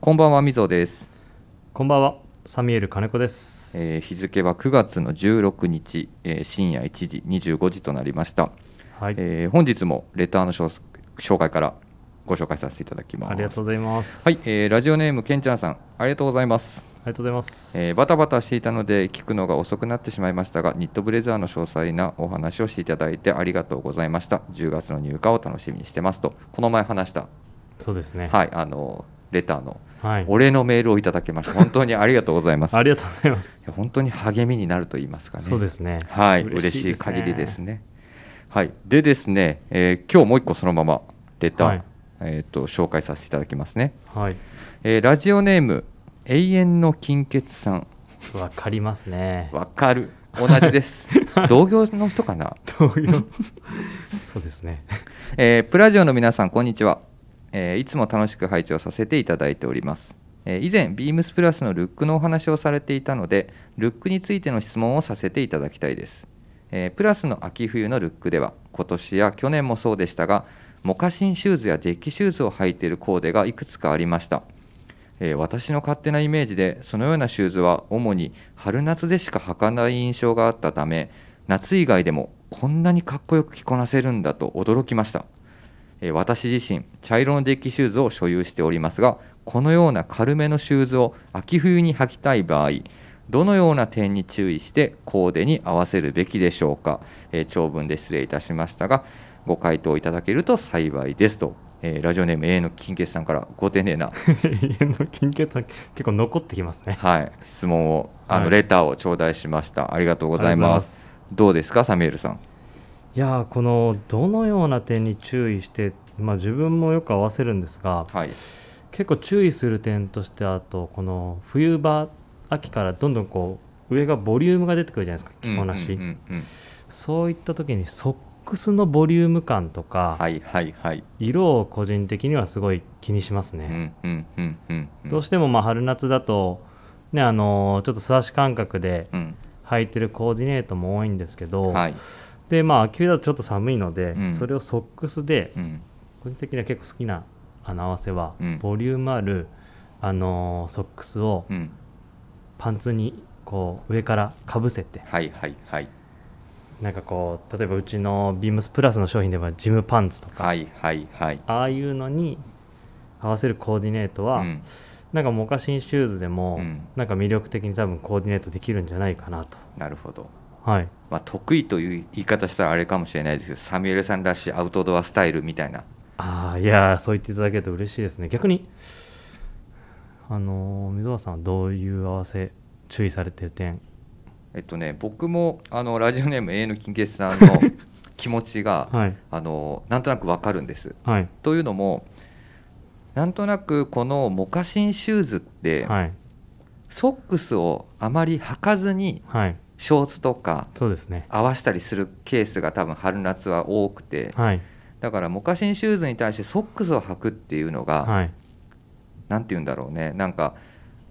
こんばんはみぞです、こんばんは、サミュエル金子です。えー日付は9月の16日、えー深夜1時25時となりました、はい、えー本日もレターの紹紹介からご紹介させていただきますありがとうございます。はい、えーラジオネームけんちゃんさんありがとうございます、ありがとうございます。えーバタバタしていたので聞くのが遅くなってしまいましたがニットブレザーの詳細なお話をしていただいてありがとうございました10月の入荷を楽しみにしてますとこの前話した、そうですね。はいあのレターのはい。お礼のメールをいただきました本当にありがとうございますありがとうございます。いや本当に励みになると言いますかね。そうですね。はい、嬉しい限りです。ね。はい、でですね、えー今日もう一個そのままレター、はいえっ、と紹介させていただきますね。はい。えーラジオネーム永遠の金欠さん、わかりますね。わかる、同じ です。同業の人かな。同様。そうですね。えープラジオの皆さんこんにちは、えーいつも楽しく拝聴させていただいております、えー以前ビームスプラスのルックのお話をされていたのでルックについての質問をさせていただきたいです、えープラスの秋冬のルックでは今年や去年もそうでしたがモカシンシューズやデッキシューズを履いているコーデがいくつかありましたえー私の勝手なイメージでそのようなシューズは主に春夏でしか履かない印象があったため夏以外でもこんなにかっこよく着こなせるんだと驚きました、えー私自身茶色のデッキシューズを所有しておりますがこのような軽めのシューズを秋冬に履きたい場合どのような点に注意してコーデに合わせるべきでしょうか、えー長文で失礼いたしましたがご回答いただけると幸いですと、えーラジオネーム A の金欠さんからご丁寧な家の金欠さん、結構残ってきますね。はい、質問を、あの、はいレターを頂戴しました。ありがとうございありがとうま。ございますすどうですか、サミュエルさん。いやー、このどのような点に注意して、まあ自分もよく合わせるんですが、はい、結構注意する点としてあとこの冬場秋からどんどんこう上がボリュームが出てくるじゃないですか着こなし、うんうんうんうんそういった時にソックスのボリューム感とか、はい、はい、はい。色を個人的にはすごい気にしますうね、ん、うん、うん、うん、うん。どうしてもまあ春夏だとねあのーちょっと素足感覚でうん、履いてるコーディネートも多いんですけど、はい、でまあ秋冬だとちょっと寒いので、うんそれをソックスでうん、個人的には結構好きなあの合わせは、うんボリュームあるあのーソックスをうん、パンツにこう上からかぶせてはい、はい、はい、なんかこう例えばうちのビームスプラスの商品ではジムパンツとか、はい、はい、はい。ああいうのに合わせるコーディネートは、うん、なんかモカシンシューズでも、うんなんか魅力的に多分コーディネートできるんじゃないかなとなるほど。はいまあ、得意という言い方したらあれかもしれないですけど、サミュエルさんらしいアウトドアスタイルみたいな。ああいやーそう言っていただけると嬉しいですね逆にあのー溝端さんはどういう合わせ注意されてる点えっとね、僕も、あの、ラジオネーム A の金欠さんの気持ちが、はいあの、なんとなくわかるんです。はいというのもなんとなくこのモカシンシューズって、はいソックスをあまり履かずにはいショーツとかそうですね合わしたりするケースが多分春夏は多くてはいだからモカシンシューズに対してソックスを履くっていうのがはい何、なんて言うんだろうねなんか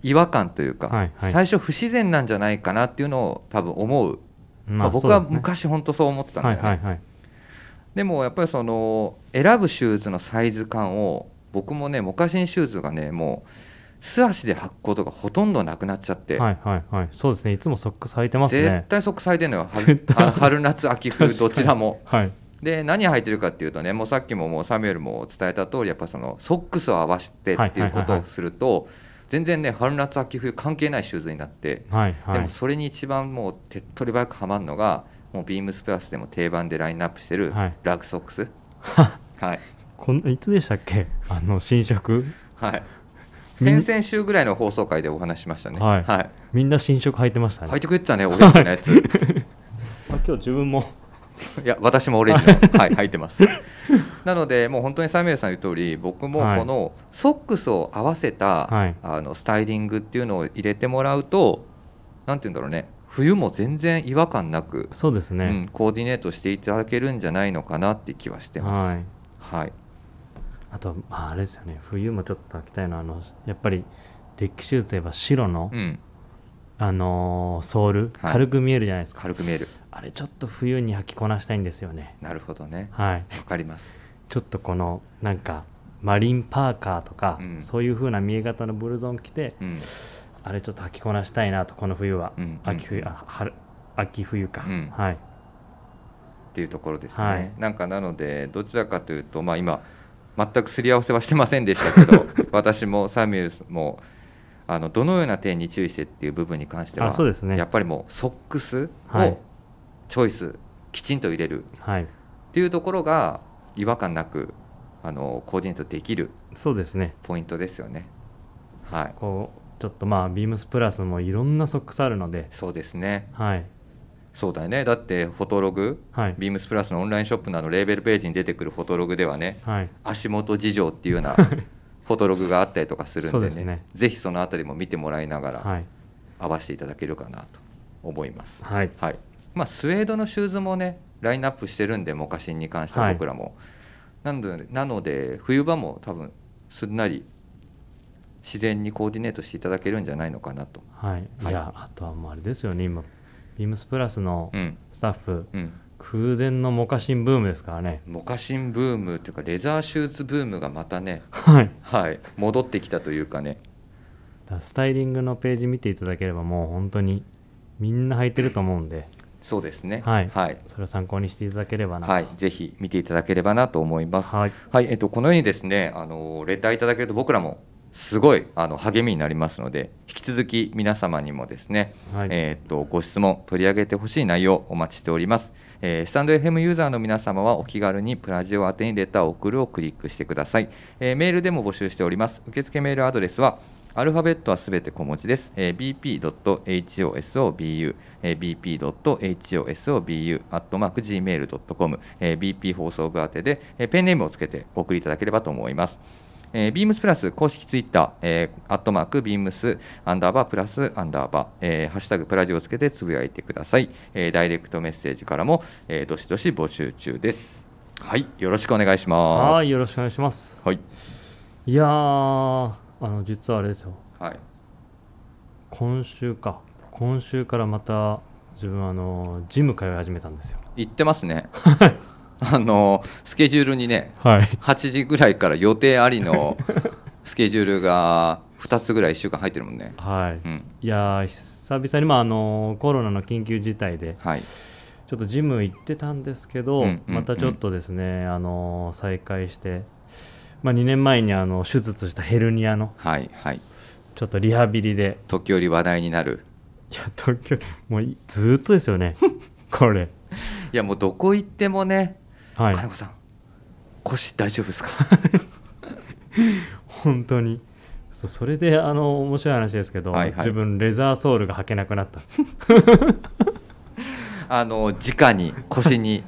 違和感というか、はいはい最初不自然なんじゃないかなっていうのを多分思う、ままあ僕はそうですね昔本当そう思ってたんだはよいね、はいはいでもやっぱりその選ぶシューズのサイズ感を僕もねモカシンシューズがねもう素足で履くことがほとんどなくなっちゃって、はいはいはいそうですねいつもソックス履いてます絶ね対即咲いてるのよ春 絶対あの春夏秋冬どちらも。はいで何履いてるかっていうとねもうさっきももうサミュエルも伝えた通りやっぱそのソックスを合わせてっていうこはいはいはといはをいすると全然ね春夏秋冬関係ないシューズになってはいはでいもそれに一番もう手っ取り早くはまるのがもうビームスプラスでも定番でラインナップしてるはいラグソックス。はいこんいつでしたっけ あの新色はい。みん先々週ぐらいの放送回でお話しましたね。はいはい。みんな新色履いてましたね、履いてくれてたね、オレンジのやつ。いまあ今日自分もや、私もオレンジの、はい、履いて ます。なので、もう本当にサミュエルさんの言う通り、僕もはいこのソックスを合わせた、はいあのスタイリングっていうのを入れてもらうと、なんて言うんだろうね、冬も全然違和感なく、そうですうね、ん、コーディネートしていただけるんじゃないのかなって気はしてまはす。いはい。あと、まあ、あれですよね冬もちょっと履きたいのはあのやっぱりデッキシューズといえば白の、うん、あのーソール、はい軽く見えるじゃないですか軽く見える。あれちょっと冬に履きこなしたいんですよねなるほどね。はいわかります。ちょっとこのなんかマリンパーカーとか、うんそういう風な見え方のブルゾン着て、うんあれちょっと履きこなしたいなとこの冬は、うんうん秋冬あ春秋冬か、うんはいっていうところですね、はいなんかなのでどちらかというと、まあ、今全くすり合わせはしてませんでしたけ ど私もサミュエルもあのどのような点に注意してっていう部分に関してはあそうですねやっぱりもうソックスはをいチョイス、きちんと入れるはいっていうところが違和感なくあのコーディネートできるそうですねポイントですよね。はい、こうちょっとまあビームスプラスもいろんなソックスあるのでそうですねはいそうだよねだってフォトログはいビームスプラスのオンラインショップなどレーベルページに出てくるフォトログではねはい足元事情っていうようなフォトログがあったりとかするんそうででねすねぜひそのあたりも見てもらいながらはい合わせていただけるかなと思います、はいはいまあ、スウェードのシューズもねラインナップしてるんでモカシンに関してははい僕らも、なのでなので冬場も多分すんなり自然にコーディネートしていただけるんじゃないのかなと、はいはいいやあとはもうあれですよね今ビームスプラスのうんスタッフ、うん、空前のモカシンブームですからねモカシンブームというかレザーシューズブームがまたね、はいはい、戻ってきたというかねだからスタイリングのページ見ていただければもう本当にみんな履いてると思うんでそうですねはいはい、それを参考にしていただければなとはい、ぜひ見ていただければなと思います。はい、はいえっと、このようにですね、あの、レターいただけると、僕らも。すごい、あの、励みになりますので、引き続き皆様にもですね。はいえっと、ご質問、取り上げてほしい内容、お待ちしております。えースタンド FM ユーザーの皆様はお気軽にプラジオ宛てにレターを送るをクリックしてください、えーメールでも募集しております受付メールアドレスはアルファベットはすべて小文字です。えー bp.hosobu、えー bp.hosobu、アットマーク gmail.com、えー bp 放送部宛てで、えーペンネームをつけてお送りいただければと思います。えー、ビームスプラス公式ツイッター、えー、アットマークビームスアンダーバープラスアンダーバー、えーハッシュタグプラジオをつけてつぶやいてください、えーダイレクトメッセージからも、えーどしどし募集中ですはいよろしくお願いしますはいよろしくお願いしますはいいやーあの実はあれですよはい今週か今週からまた自分あのジム通い始めたんですよ行ってますね あのスケジュールにねはい8時ぐらいから予定あり のスケジュールが2つぐらい1週間入ってるもんねはい、うんいやー久々にまああのコロナの緊急事態ではいちょっとジム行ってたんですけど、うんうんうんまたちょっとですねあの再開してまあ2年前にあの手術したヘルニアのはいはいちょっとリハビリで時折話題になるいや東京もういずーっとです よねこれいやもうどこ行ってもねはい金子さん腰大丈夫ですか 本当にそうそれであの面白い話ですけど、はいはい自分レザーソールが履けなくなったあの直に腰 に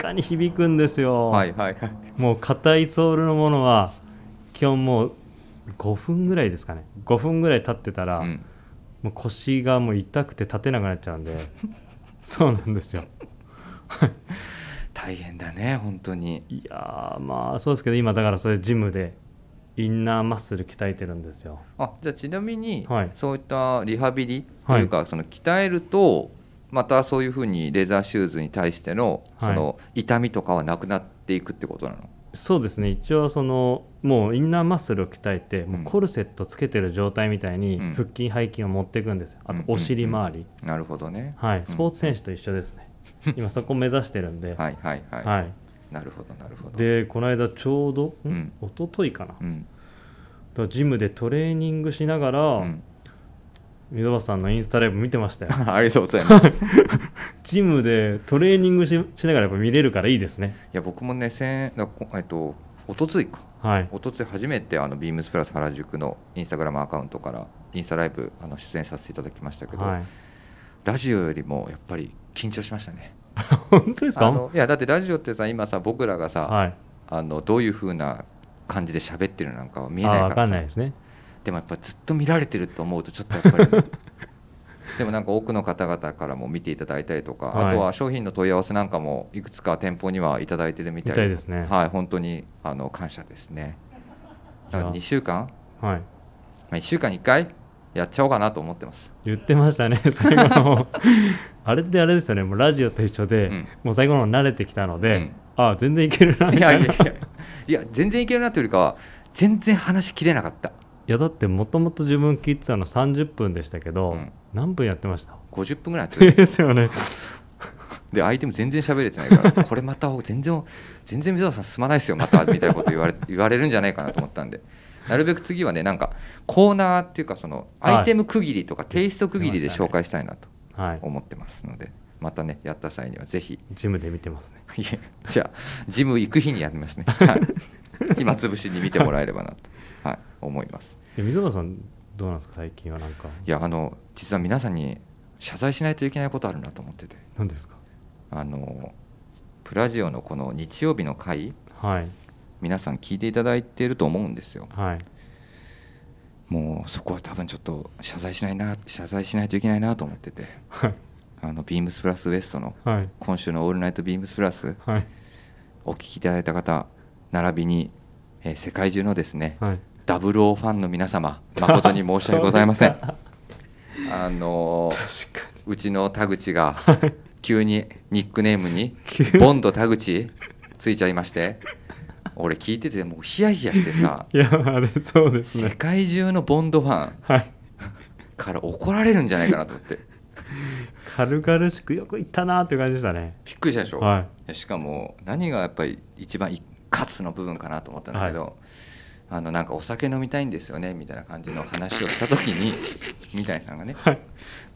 直に響くんですよ、はいはいはいもう硬いソールのものは基本もう5分ぐらいですかね5分ぐらい立ってたら、うんもう腰がもう痛くて立てなくなっちゃうんで そうなんですよ大変だね本当にいやーまあそうですけど今だからそれジムでインナーマッスル鍛えてるんですよあじゃあちなみに、はいそういったリハビリというか、その鍛えるとまたそういうふうにレザーシューズに対してのはいその痛みとかはなくなっていくってことなの、そうですね一応そのもうインナーマッスルを鍛えて、もううんコルセットつけてる状態みたいにうん腹筋背筋を持っていくんですよあとお尻周り、なるほどねはいスポーツ選手と一緒ですね、今そこ目指してるんではいはいはい、はいなるほどなるほどでこの間ちょうど、うんん、一昨日かな、だかうんらジムでトレーニングしながら、うん、 溝端さんのインスタライブ見てましたよありがとうございますいジムでトレーニングししながらやっぱ見れるからいいですねや僕もね先だこえっと一昨日かはいおとつい初めてあのビームスプラス原宿のインスタグラムアカウントからインスタライブあの出演させていただきましたけど、はい、ラジオよりもやっぱり緊張しましたね。本当ですあかのいやだってラジオってさ今さ僕らがさ、はいあのどういう風な感じで喋ってるなんかは見えあないあか分からんさないですねでもやっぱずっと見られてると思うとちょっとやっぱりね、 でもなんか多くの方々からも見ていただいたりとか、はいあとは商品の問い合わせなんかもいくつか店舗にはいただいてるみたいみたいですねはい本当にあの感謝ですね。だからいや2週間はまいあ、1週間に1回やっちゃおうかなと思ってます。言ってましたね 最後の方あれってあれですよねもうラジオと一緒で、うんもう最後の方慣れてきたので、うんああ全然いけるないみやた いいやないや、いや全然いけるなというよりかは全然話しきれなかったいやだってもともと自分聞いてたの30分でしたけど、うん何分やってました50分ぐらいやってたです よねで相手も全然喋れてないから これまた全然全然水原さん進まないですよまたみたいなこと言 われ言われるんじゃないかなと思ったんでなるべく次はねなんかコーナーっていうかそのはいアイテム区切りとかテイスト区切りで紹介したいなとはい思ってますのでまたねやった際にはぜひジムで見てますねいえじゃあジム行く日にやり ますね、はい、暇つぶしに見てもらえればなと、はい、思いますえ水野さんどうなんですか最近はなんかいやあの実は皆さんに謝罪しないといけないことあるなと思ってて何ですかあのプラジオのこの日曜日の回はい皆さん聞いていただいていると思うんですよはいもうそこは多分ちょっと謝罪しないな謝罪しないといけないなと思っててはいあのビームスプラスウエストのはい今週の「オールナイトビームスプラスはい」お聞きいただいた方並びに、えー世界中のですねはいダブルオファンの皆様誠に申し訳ございません そうかあのー確かうちの田口がい急にニックネームに急「ボンド田口」ついちゃいまして俺聞いててもうヒヤヒヤしてさにいやあれそうです世 ね界中のボンドファンはいから怒られるんじゃないかなと思って軽々しくよく行ったなーっていう感じでしたねびっくりしたでしょ、、はいしかも何がやっぱり一番いカツの部分かなと思ったんだけど、あのなんかお酒飲みたいんですよねみたいな感じの話をした時に 三谷さんがね、はい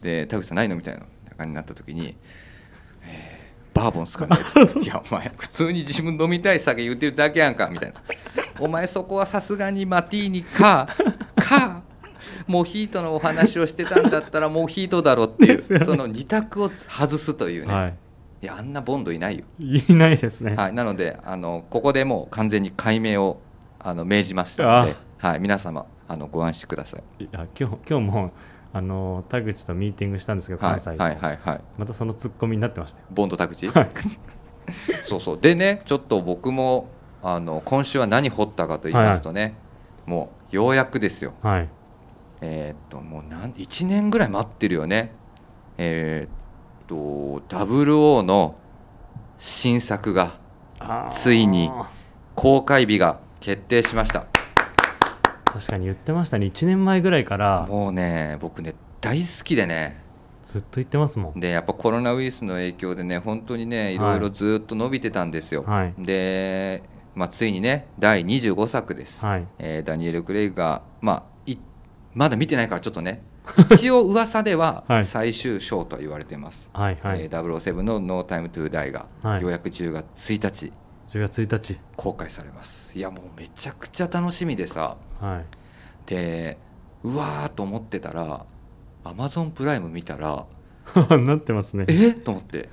で田口さんないのみたいな感じになった時に「えーバーボンっすかね」っつ って「いやお前普通に自分飲みたい酒言ってるだけやんか」みたいな「お前そこはさすがにマティーニかかモヒートのお話をしてたんだったらモヒートだろ」っていう、ですよねその二択を外すというね、、はいいやあんなボンドいないよ、言いないですねはい、なのであのここでもう完全に解明をあの命じましたので、はい、皆様あのご安心ください。いや今日今日もあの田口とミーティングしたんですけどは関い、西はでい、はい、はいまたそのツッコミになってましたよボンド宅地、はいそうそうでねちょっと僕もあの今週は何掘ったかと言いますとね、もうようやくですよはいえーっともうなん1年ぐらい待ってるよねえーっと WO の新作があーついに公開日が決定しました確かに言ってましたね1年前ぐらいからもうね僕ね大好きでねずっと言ってますもんでやっぱコロナウイルスの影響でね本当にねいろいろずっと伸びてたんですよ、はいで、まあ、ついにね第25作です、はいえーダニエル・クレイグが、まあ、いまだ見てないからちょっと ね一応噂でははい最終章と言われています、はいはい、えー007の「ノータイムトゥーダイが、はいようやく10月1日10月1日公開されますいやもうめちゃくちゃ楽しみでさはいでうわーと思ってたらアマゾンプライム見たら なってますねえっと思って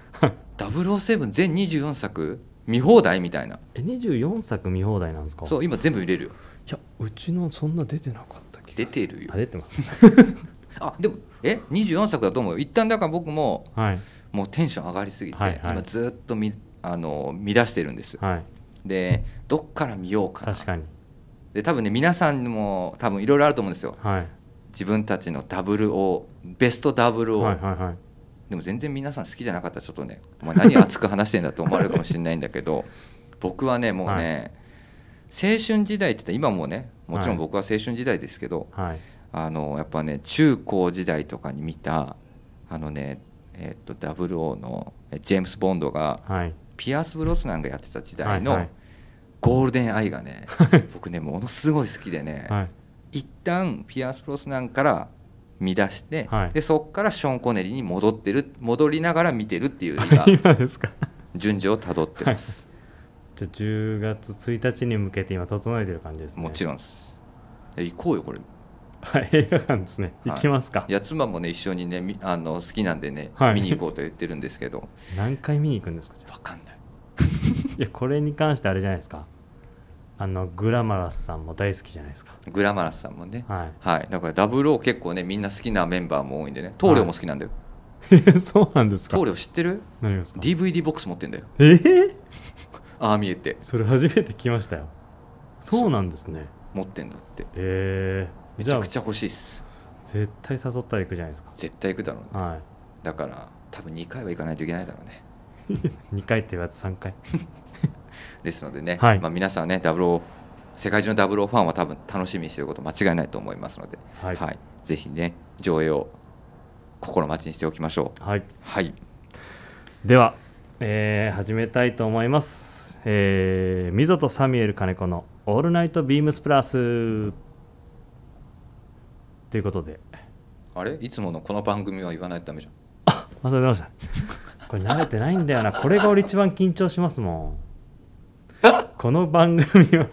007全24作見放題みたいなえ24作見放題なんですかそうう今全部見れるよいやうちのそんな出てなかった気が出てるよあ出てますあでもえ24作だと思うよ一旦だから僕もはいもうテンション上がりすぎて、はいはい今ずっと見あの見出してるんですはいでどっから見ようかな確かにで多分ね皆さんも多分いろいろあると思うんですよはい自分たちの WO ベスト WO、はいはいはいでも全然皆さん好きじゃなかったらちょっとねお前何熱く話してんだって思われるかもしれないんだけど 僕はねもうね、青春時代って言ったら今もねもちろん僕は青春時代ですけど、はいあのやっぱね中高時代とかに見たあのねえっと00のえジェームス・ボンドがはいピアース・ブロスナンがやってた時代はいのはいゴールデン・アイが ね僕ねものすごい好きでねはい一旦ピアース・ブロスナンから見出してはいでそこからショーン・コネリーに戻ってる戻りながら見てるっていう今 今ですか順序をたどってますじゃあ10月1日に向けて今整えてる感じですねもちろんですえ行こうよこれはい映画館ですねはい行きますかいや妻もね一緒にねみあの好きなんでねはい見に行こうと言ってるんですけど何回見に行くんですかじゃ分かんないあいやこれに関してあれじゃないですかあのグラマラスさんも大好きじゃないですかグラマラスさんもね、ははい、だからダブルオー結構ね、みんな好きなメンバーも多いんでね、棟梁も好きなんだよ、い そうなんですか棟梁知ってる何がですか ?DVD ボックス持ってんだよ、えー、ああ見えて、それ初めて聞きましたよそうなんですね持ってんだって、えー、めちゃくちゃ欲しいっす、ゃ絶対誘ったら行くじゃないですか絶対行くだろうね、はだから、多分2回は行かないといけないだろうね、い2回って言われて3回ですのでね、はいまあ、皆さんね、WO 世界中の WO ファンは多分楽しみにしていること間違いないと思いますので、ははいいぜひね、上映を心待ちにしておきましょう。はい、はい、では、えー始めたいと思います、えー、ミゾとサミュエル金子の「オールナイトビームスプラス」ということであれいつものこの番組は言わないとダメじゃん。あまた出ました これ慣れてないんだよなこれが俺一番緊張しますもんこの番組は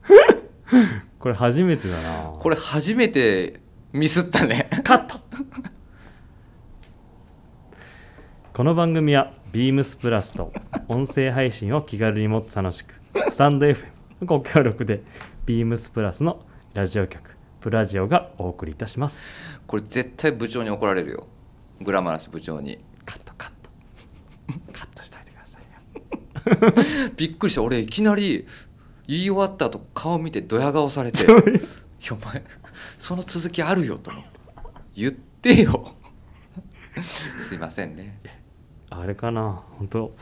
これ初めてだなこれ初めてミスったね。カットこの番組はビームスプラスと音声配信を気軽にもっと楽しくスタンド FM のご協力でビームスプラスのラジオ局プラジオがお送りいたしますこれ絶対部長に怒られるよ。グラマラス部長に。カットカットカットしといてくださいよびっくりした。俺いきなり言い終わった後顔見てドヤ顔されて、いどういやうお前、その続きあるよと思って。言ってよ。 すいませんね。あれかな本当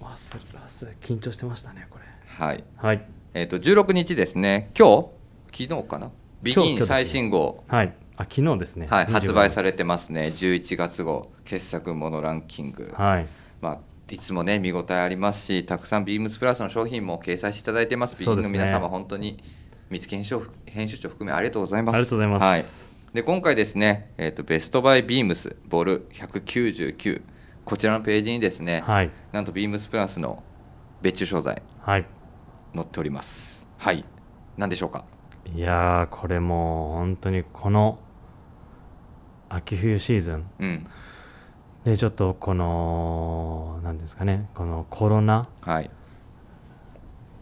忘れ忘れ緊張してましたねこれはい。はいえっ、と、16日ですね。今日昨日かなビ今日ギン今日ですね最新号。はいあ昨日ですねはい、発売されれてますね11月号傑作ものランキング、はいまあ、いつもね見応えありますしたくさんビームスプラスの商品も掲載していただいてますビそーうムでのすね皆様本当に三木編集長編集長含めありがとうございますありがとうございますはい、で今回ですね、えー、とベストバイビームスボル199こちらのページにですね、はいなんとビームスプラスの別注商材はい載っておりますはい何でしょうかいやーこれもう本当にこの秋冬シーズンうんでちょっとこの何ですかねこのコロナはい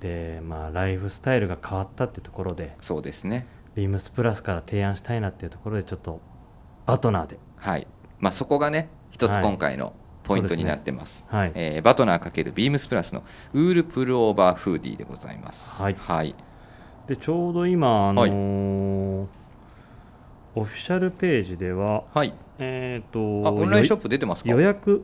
でまあライフスタイルが変わったっていうところでそうですねビームスプラスから提案したいなっていうところでちょっとバトナーではいまあ、そこがね、一つはい今回のポイントになってます。はい、えーバトナー×ビームスプラスのウールプルオーバーフーディーでございます。はいでちょうど今あのーオフィシャルページでははいえっ、あとオンラインショップ出てますか予約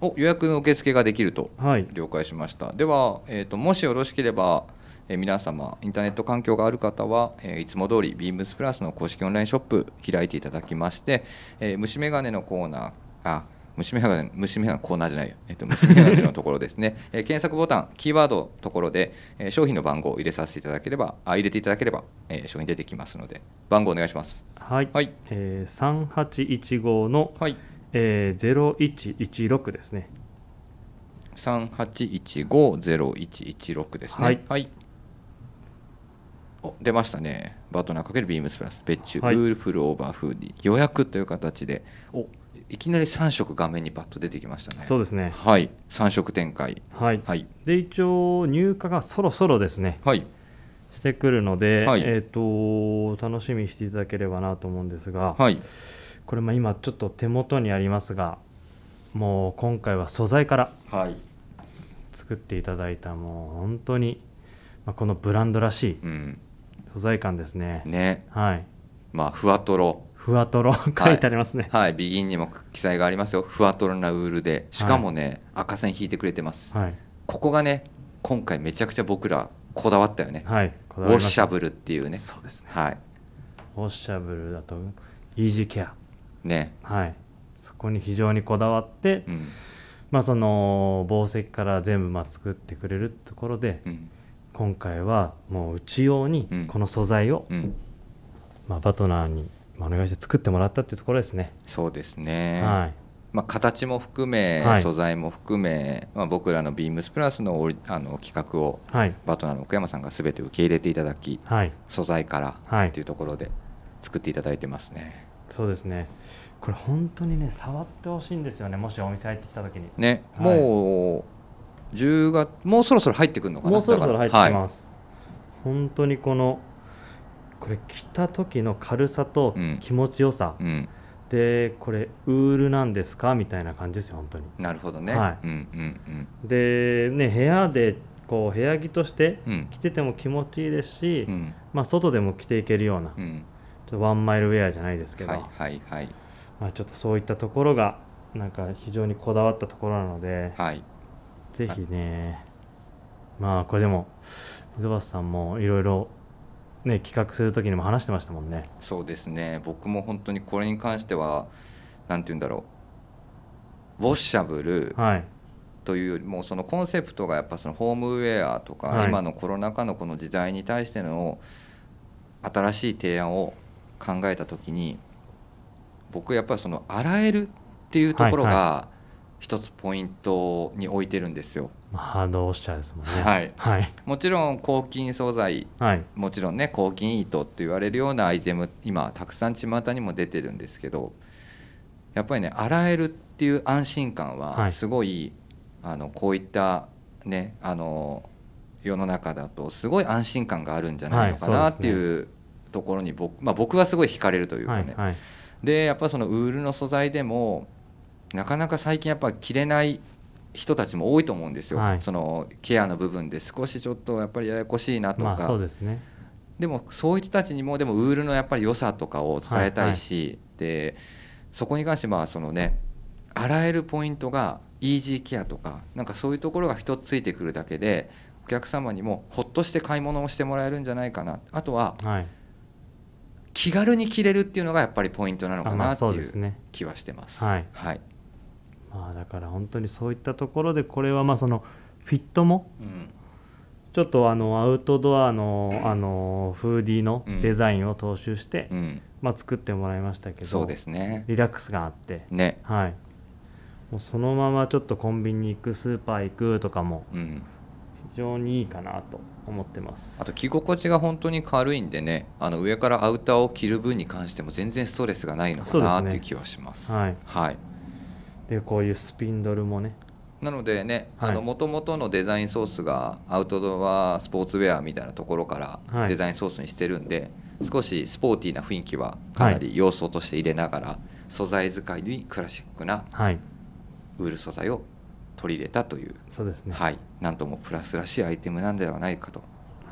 お予約の受付ができるとはい了解しました。では、えー、ともしよろしければ、えー皆様、インターネット環境がある方は、えーいつも通り、ビームスプラスの公式オンラインショップ開いていただきまして、えー虫眼鏡のコーナー、あ虫眼鏡虫眼鏡コーナーじゃないよ、えー、と虫眼鏡のところですね、えー検索ボタン、キーワードのところで、えー商品の番号を入れさせていただければ、あ入れていただければ、えー商品出てきますので、番号お願いします。はい、はい、えー、3815のはい、えー、0116ですね。 38150116ですね。はいお出ましたね。バトナーかけるビームスプラス、別注、はいウールプルオーバーフーディ、予約という形で、おいきなり3色画面にパッと出てきましたね。そうですね。はい、3色展開。はい。はい、で、一応、入荷がそろそろですね、はい、してくるので、はいえっ、と、楽しみにしていただければなと思うんですが、はい、これ、まあ今、ちょっと手元にありますが、もう今回は素材からはい、作っていただいた、もう本当に、まあ、このブランドらしいうん、素材感ですね。ね、はい。まあ、ふわとろ。ふわとろ書いてありますね。はい、ビギンにも記載がありますよ。ふわとろなウールで、しかもね、赤線引いてくれてます。はい。ここがね、今回めちゃくちゃ僕らこだわったよね。はい。こウだォわりッましシたャブルっていうね。そうですね。はい。ウォッシャブルだと、イージーケア。ね。はい、そこに非常にこだわって、うん。まあ、その紡績から全部まあ作ってくれるところで、うん。今回はもううち用にうんこの素材を、うん。まあ、バトナーにまあお願いして作ってもらったっていうところですね。そうですね。はいまあ、形も含め、はい素材も含め、まあ、僕らのビームスプラスのオリあの企画をはいバトナーの奥山さんが全て受け入れていただきはい素材かはらいっていうところで作っていただいてますね。そうですねこれ本当にね触ってほしいんですよねもしお店入ってきた時にね、はいもう10月もうそろそろ入ってくるのかなもうそろそろ入ってきだかます、本当にこのこれ着た時の軽さとうん気持ちよさ、らはいうん、でこれウールなんですかみたいな感じですよ本当になるほどね、はうんうんでね部屋でこう部屋着としてうんうん着てても気持ちいいですし、うんまあ、外でも着ていけるような、うちょんっとワンマイルウェアじゃないですけど、はいはいはいまあ、ちょっとそういったところがなんか非常にこだわったところなので、はいぜひね、まあこれでも溝端さんもいろいろね企画する時にも話してましたもんねそうですね僕も本当にこれに関しては何て言うんだろうウォッシャブルはいというよりもそのコンセプトがやっぱそのホームウェアとか、はい今のコロナ禍のこの時代に対しての新しい提案を考えた時に僕やっぱりその洗えるっていうところはいが一つポイントに置いてるんですよ。まあハードオッシャーですもんねはい、はいもちろん抗菌素材はいもちろんね抗菌糸って言われるようなアイテム今たくさん巷にも出てるんですけどやっぱりね洗えるっていう安心感ははいすごい、あのこういったねあの世の中だとすごい安心感があるんじゃないのかはないっそうてですねいうところに僕,、まあ、僕はすごい惹かれるというかはね、いはいでやっぱそのウールの素材でもなかなか最近やっぱ着れない人たちも多いと思うんですよ、はいそのケアの部分で少しちょっとやっぱりややこしいなとか、まあそうですねでもそういう人たちにもでもウールのやっぱり良さとかを伝えたいし、でそこに関してまあそのね洗えるポイントがイージーケアとかなんかそういうところが一つついてくるだけでお客様にもほっとして買い物をしてもらえるんじゃないかなあとははい気軽に着れるっていうのがやっぱりポイントなのかあまなあってそういですうね気はしてます。はいはいまあだから本当にそういったところでこれはまあそのフィットもうんちょっとあのアウトドアのあのフーディーのデザインを踏襲して、うん、まあ、作ってもらいましたけどそうですねリラックスがあって、ね、はい、もうそのままちょっとコンビニ行くスーパー行くとかもうん、非常にいいかなと思ってますあと着心地が本当に軽いんでねあの上からアウターを着る分に関しても全然ストレスがないのかそうですなねっていう気はします。はいはい、でこういうスピンドルもねなのでね、はいあの元々のデザインソースがアウトドアスポーツウェアみたいなところかはらいデザインソースにしてるんで、少しスポーティーな雰囲気はかなり要素として入れながら、素材使いにクラシックなはいウール素材を取り入れたという、そうですねはい、なんともプラスらしいアイテムなんではないかと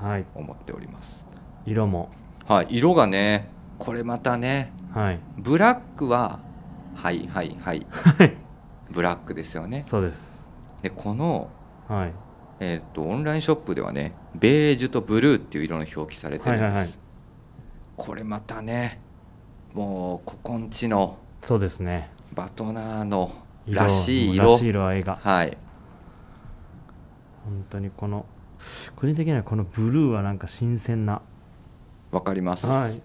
はい思っております。色もはい、色がねこれまたねはいブラックははいはいはいブラックですよねそうですでこの、はいえー、とオンラインショップではねベージュとブルーっていう色の表記されてるんです、はいはいはいこれまたねもうここんちのそうですねバトナーの色らしいもう色らしい色は絵がはい本当にこの個人的にはこのブルーはなんか新鮮なわかります、はい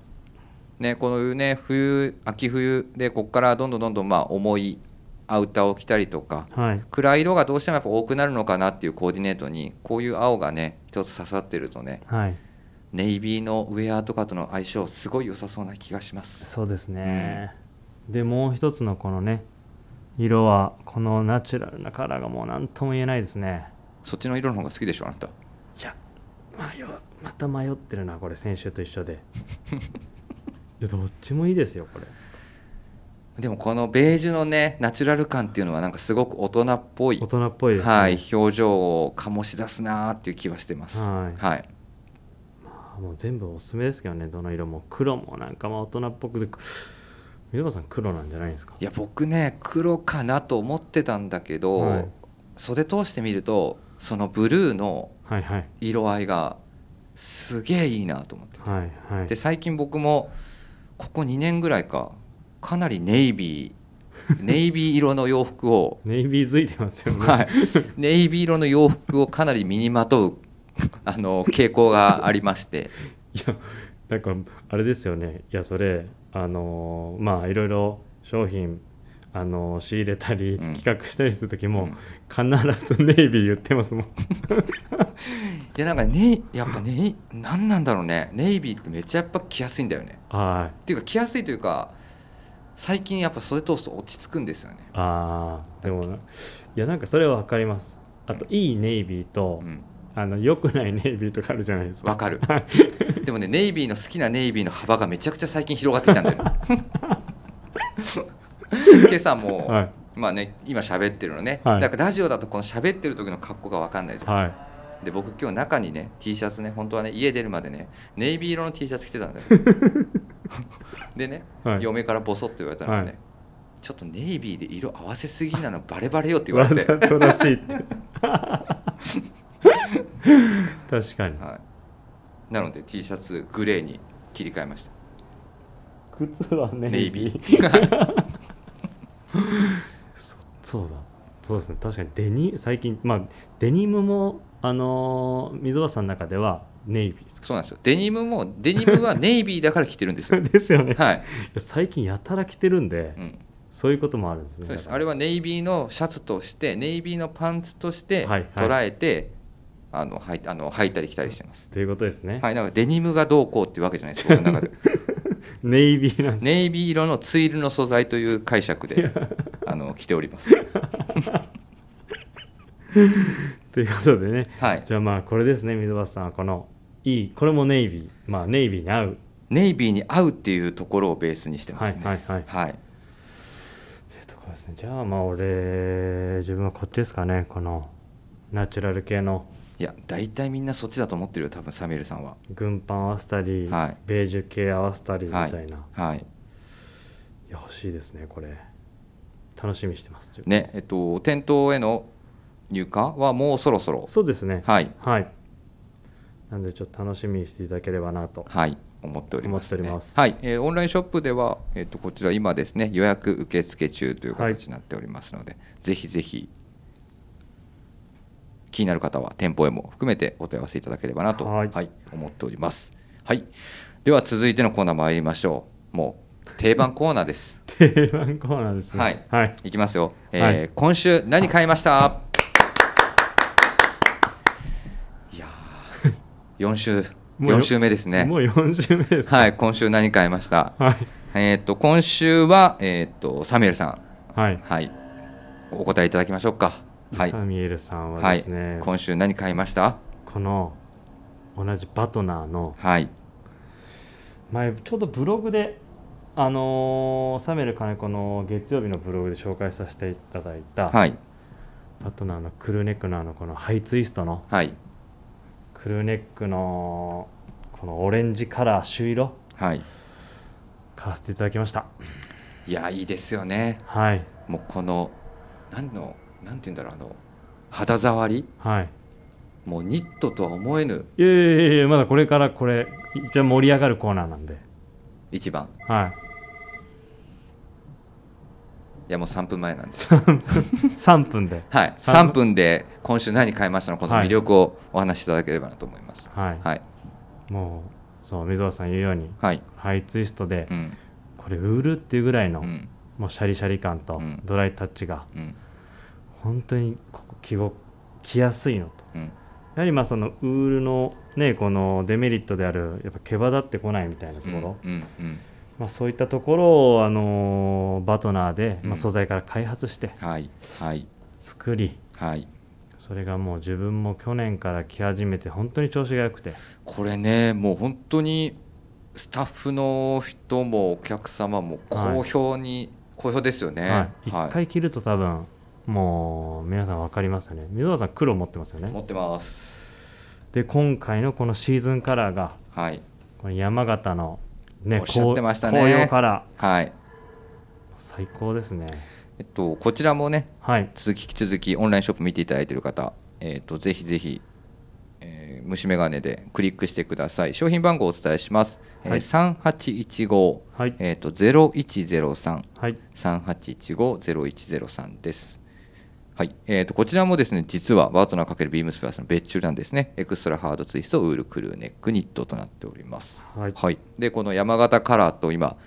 ね、こういうね冬秋冬でここからどんどんどんどんまあ重いアウターを着たりとかはい暗い色がどうしてもやっぱ多くなるのかなっていうコーディネートにこういう青がね一つ刺さってるとねはいネイビーのウェアとかとの相性すごい良さそうな気がしますそうですね、でもう一つのこのね色はこのナチュラルなカラーがもう何とも言えないですねそっちの色の方が好きでしょあなたいや迷うまた迷ってるなこれ先週と一緒 でいやどっちもいいですよこれでもこのベージュのねナチュラル感っていうのはなんかすごく大人っぽい大人っぽいですね、はい、表情を醸し出すなーっていう気はしてますはいはい、もう全部おすすめですけどねどの色も黒もなんかまあ大人っぽくて水場さん黒なんじゃないですかいや僕ね黒かなと思ってたんだけど、はい袖通してみるとそのブルーのはいはい色合いがすげえいいなと思ってはいはいで最近僕もここ2年ぐらいかかなりネイビーネイビー色の洋服を、ネイビー付いてますよね、はい、ネイビー色の洋服をかなり身にまとうあの傾向がありましていやなんかあれですよねいやそれあのーまあいろいろ商品あのー仕入れたりうん企画したりする時うもん必ずネイビー言ってますも ん、いやなんかネイやっぱネイ何なんだろうねネイビーってめっちゃやっぱ着やすいんだよねはいっていうか着やすいというか最近やっぱ袖通すと落ち着くんですよねああでもないやなんかそれは分かりますあといいネイビーと、うんあの良くないネイビーとかあるじゃないですわかかるでもねネイビーの好きなネイビーの幅がめちゃくちゃ最近広がってきたんだよ ね今朝も、はいまあね今喋ってるのね、はいだからラジオだとこの喋ってる時の格好が分かんないじゃん、はいで僕今日中にね T シャツね本当はね家出るまでねネイビー色の T シャツ着てたんだよでね、はい嫁からボソッと言われたのがね、はいちょっとネイビーで色合わせすぎなのバレバレよって言わわ れて、ざとらしいって 確かにはい、なので T シャツグレーに切り替えました靴はネネイイビビーーそそうだそうですね確かにデニ最近まあデニムもあのー溝端さんの中ではネイビーですそうなんですよデニムもデニムは ネイビーだから着てるんですかよ ですよね、いはい、や最近やたら着てるんで、うん、そういうこともあるんですそねうですあれははネイビーのシャツとしてネイビーのパンツとしてはいはい捉えて、あのはいあの履いたり着たりしてますということですね、はい、だからデニムがどうこうっていうわけじゃないです、僕の 中で。ネイビーなんですネイビー色のツイルの素材という解釈であの着ており ます。ということでねはい、じゃあまあこれですね溝端さんはこのいいこれもネイビーまあネイビーに合う、ネイビーに合うっていうところをベースにしてまはいすね。はいはいはい、っていうところですねじゃあまあ俺自分はこっちですかねこのナチュラル系のいや、大体みんなそっちだと思ってるよ、多分サミュエルさんは。軍パン合わせたり、はいベージュ系合わせたりみたいな、い、はいや欲しいですねこれ楽しみにしてます、ねえっと、店頭への入荷はもうそろそろ、そうですねはいはいなんでちょっと楽しみにしていただければなとはい、思っております,、ね思っておりますはいえーオンラインショップでは、えっとこちら今ですね、予約受付中という形になっておりますので、ぜひぜひ気になる方は店舗へも含めてお問い合わせいただければなと、はい思っております。はい、では続いてのコーナー参りましょう。もう定番コーナーです。 定番コーナーですねはいはい、いきますよ、えーはい今週何買いましたいや ー4週もうよ4週目ですねもう40名ですかはい今週何買いましたはいえーっと今週はえーっとサミュエルさんはい、はいお答えいただきましょうかはいサミエルさんははでいすね、今週何買いましたこの同じバトナーのはい前ちょうどブログであのーサミュエル金子の月曜日のブログで紹介させていただいた、はいバトナーのクルーネックのあのこのハイツイストのはいクルーネックのこのオレンジカラー朱色はい買わせていただきましたいやいいですよねはいもうこの何のなんて言うんだろうあの肌触りはいもうニットとは思えぬいやいやいやいやまだこれからこれ一番盛り上がるコーナーなんで一番はい いやもう3分前なん です。 3分ではい、三3分で今週何買いましたのこのはい魅力をお話しいただければなと思います。はい、はい、もうそう水尾さん言うようにはい、ハイツイストでうん、これ売るっていうぐらいうの、ん、もうシャリシャリ感とうんドライタッチがうん、本当にここ着ご着やすいのとうん、やはりまあそのウールのねこのデメリットであるやっぱ毛羽立ってこないみたいなところ、うん、うん、うんまあ、そういったところを、あのーバトナーで、うんまあ、素材から開発してはい、はい、作りはい。それがもう自分も去年から着始めて本当に調子が良くてこれね、もう本当にスタッフの人もお客様も好評に、好評ですよね。はい、は1回着ると多分もう皆さん分かりますよね水野さん黒持ってますよ持ねってます。で今回のこのシーズンカラーがはい、この山形のねおっしゃってましたね紅葉カラーはい、最高ですねえっと、こちらもね、はい続き引き続きオンラインショップ見ていただいている方、えー、とぜひぜひ、えー虫眼鏡でクリックしてください商品番号をお伝えします、はいえー、3815、はいえー、と0103はい3815-0103です。はいえー、とこちらもですね実はバートナー×ビームスプラスの別注なんですねエクストラハードツイストウールクルーネックニットとなっております、はいでこの山形カラーと今、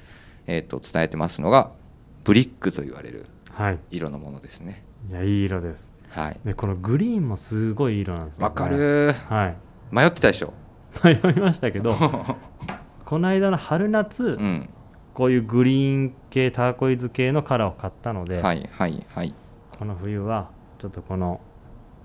えー、と伝えてますのがブリックと言われるはい色のものですねいやいい色ですはいでこのグリーンもすごいいい色なんですよねわかるはい迷ってたでしょ迷いましたけ どこの間の春夏、うんこういうグリーン系ターコイズ系のカラーを買ったので、はいはいはいこの冬はちょっとこの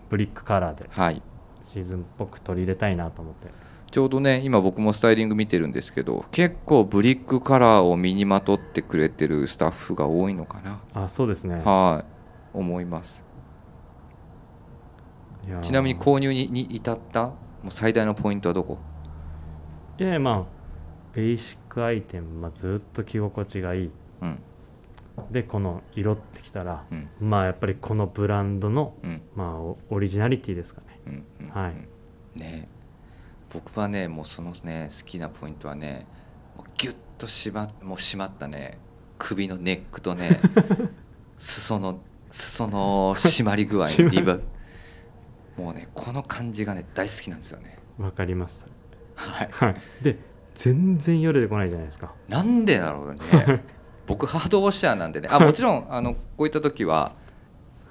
ブリックカラーではいシーズンっぽく取り入れたいなと思ってちょうどね今僕もスタイリング見てるんですけど結構ブリックカラーを身にまとってくれてるスタッフが多いのかなあそうですねはい思いますいやーちなみに購入にに至ったもう最大のポイントはどこいやいやまあベーシックアイテム、まあ、ずっと着心地がいいうんでこの色ってきたら、うんまあやっぱりこのブランドの、うんまあ、オオリジナリティですかねうんうんはいね僕はねもうそのね好きなポイントはねもうギュッと締まもう締まったね首のネックと ね裾の裾の締まり具合締のまリブもうねこの感じがね大好きなんですよねわかりますはいはいで全然よれてこないじゃないですかなんでだろう ね僕ハードウォッシャーなんでねあもちろんあのこういった時は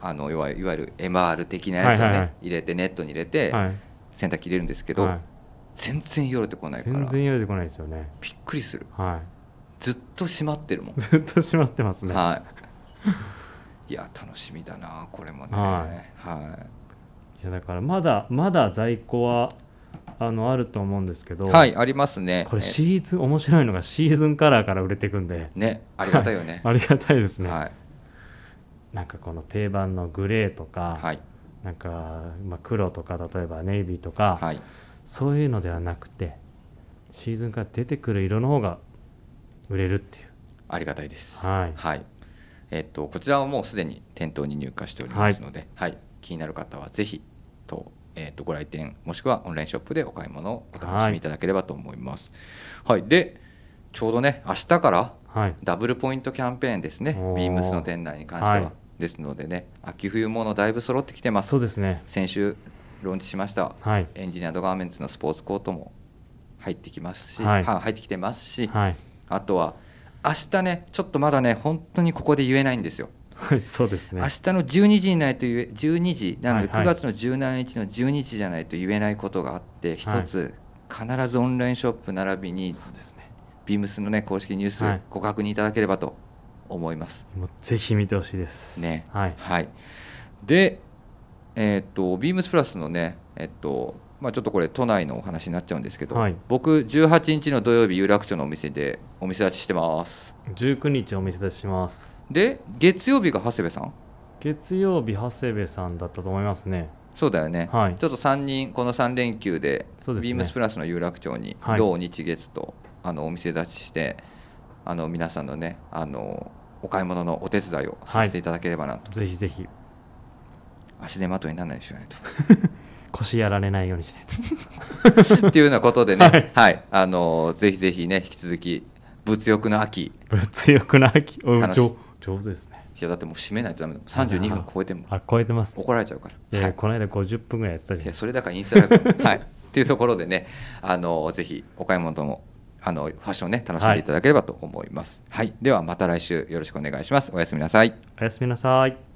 あのいわゆるいわゆる MR 的なやつをね、はいはいはい入れてネットに入れて、はい洗濯機入れるんですけど、はい全然よれてこないから全然よれてこないですよねびっくりするは ずっと閉まってるもんいずっと閉まってます ねはいいや楽しみだなこれもねははいやだからまだまだ在庫はあのあると思うんですけど、い、はいありますねこれえシーズン面白いのがシーズンカラーから売れていくんでねありがたいよ ねありがたいですね、はいなんかこの定番のグレーとか、はいなんか、まあ、黒とか例えばネイビーとか、はいそういうのではなくてシーズンから出てくる色の方が売れるっていうありがたいですはいえっとこちらはもうすでに店頭に入荷しておりますので、はい気になる方はぜひと,、えっとご来店もしくはオンラインショップでお買い物をお楽しみいただければと思いますはい、でちょうどね明日からはいダブルポイントキャンペーンですね、おービームスの店内に関しては。はいですのでね、秋冬ものだいぶ揃ってきてます。そうですね先週、ローンチしましたはいエンジニアドガーメンツのスポーツコートも入ってきますし、ははい入ってきてますし、はいあとは明日ね、ちょっとまだね、本当にここで言えないんですよ。はいそうですね明日の12時にないと言え、12時、なのではい9はい月の17日の12時じゃないと言えないことがあって、一、つ、必ずオンラインショップ並びに、そうですねビームスのね、公式ニュースはい、ご確認いただければと思います。もうぜひ見てほしいですねはいはい、で、えーっと、ビームスプラスのね、えっとまあ、ちょっとこれ、都内のお話になっちゃうんですけど、はい僕、18日の土曜日、有楽町のお店でお店立ちしてます。 19日お見せ出ししますで、月曜日が長谷部さん、月曜日長谷部さんだったと思いますねそうだよね、はいちょっと3人、この3連休で、そうですねビームスプラスの有楽町に、はい土日月とあのお店立ちして、あの皆さんのね、あのお買い物のお手伝いをさせていただければなと、ぜひぜひ足手まといにならないでしょうねと。 腰やられないようにしたいと っていうようなことでね、はい、あのーぜひぜひね、引き続き、物欲の秋、物欲な秋お楽し上上手ですねいや、だってもう締めないとダメだもん、32分超えてもあ超えてますね怒られちゃうから、いはやい、この間50分ぐらいやってたじゃいなやいそれだからインスタライ ブ、はい、っていうところでね、あのーぜひお買い物とも、あのファッションね、楽しんでいただければと思います。はい、ではまた来週よろしくお願いします。おやすみなさい。おやすみなさい